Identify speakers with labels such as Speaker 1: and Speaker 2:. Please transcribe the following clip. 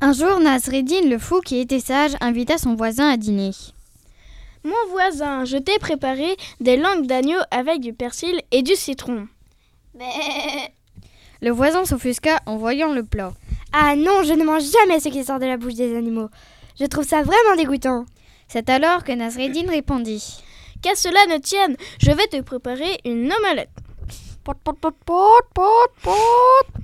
Speaker 1: Un jour, Nasreddin le fou, qui était sage, invita son voisin à dîner.
Speaker 2: Mon voisin, je t'ai préparé des langues d'agneau avec du persil et du citron.
Speaker 1: Le voisin s'offusqua en voyant le plat.
Speaker 3: Ah non, je ne mange jamais ce qui sort de la bouche des animaux. Je trouve ça vraiment dégoûtant.
Speaker 1: C'est alors que Nasreddin répondit.
Speaker 2: Qu'à cela ne tienne, je vais te préparer une omelette.
Speaker 3: Pot, pot, pot, pot, pot, pot.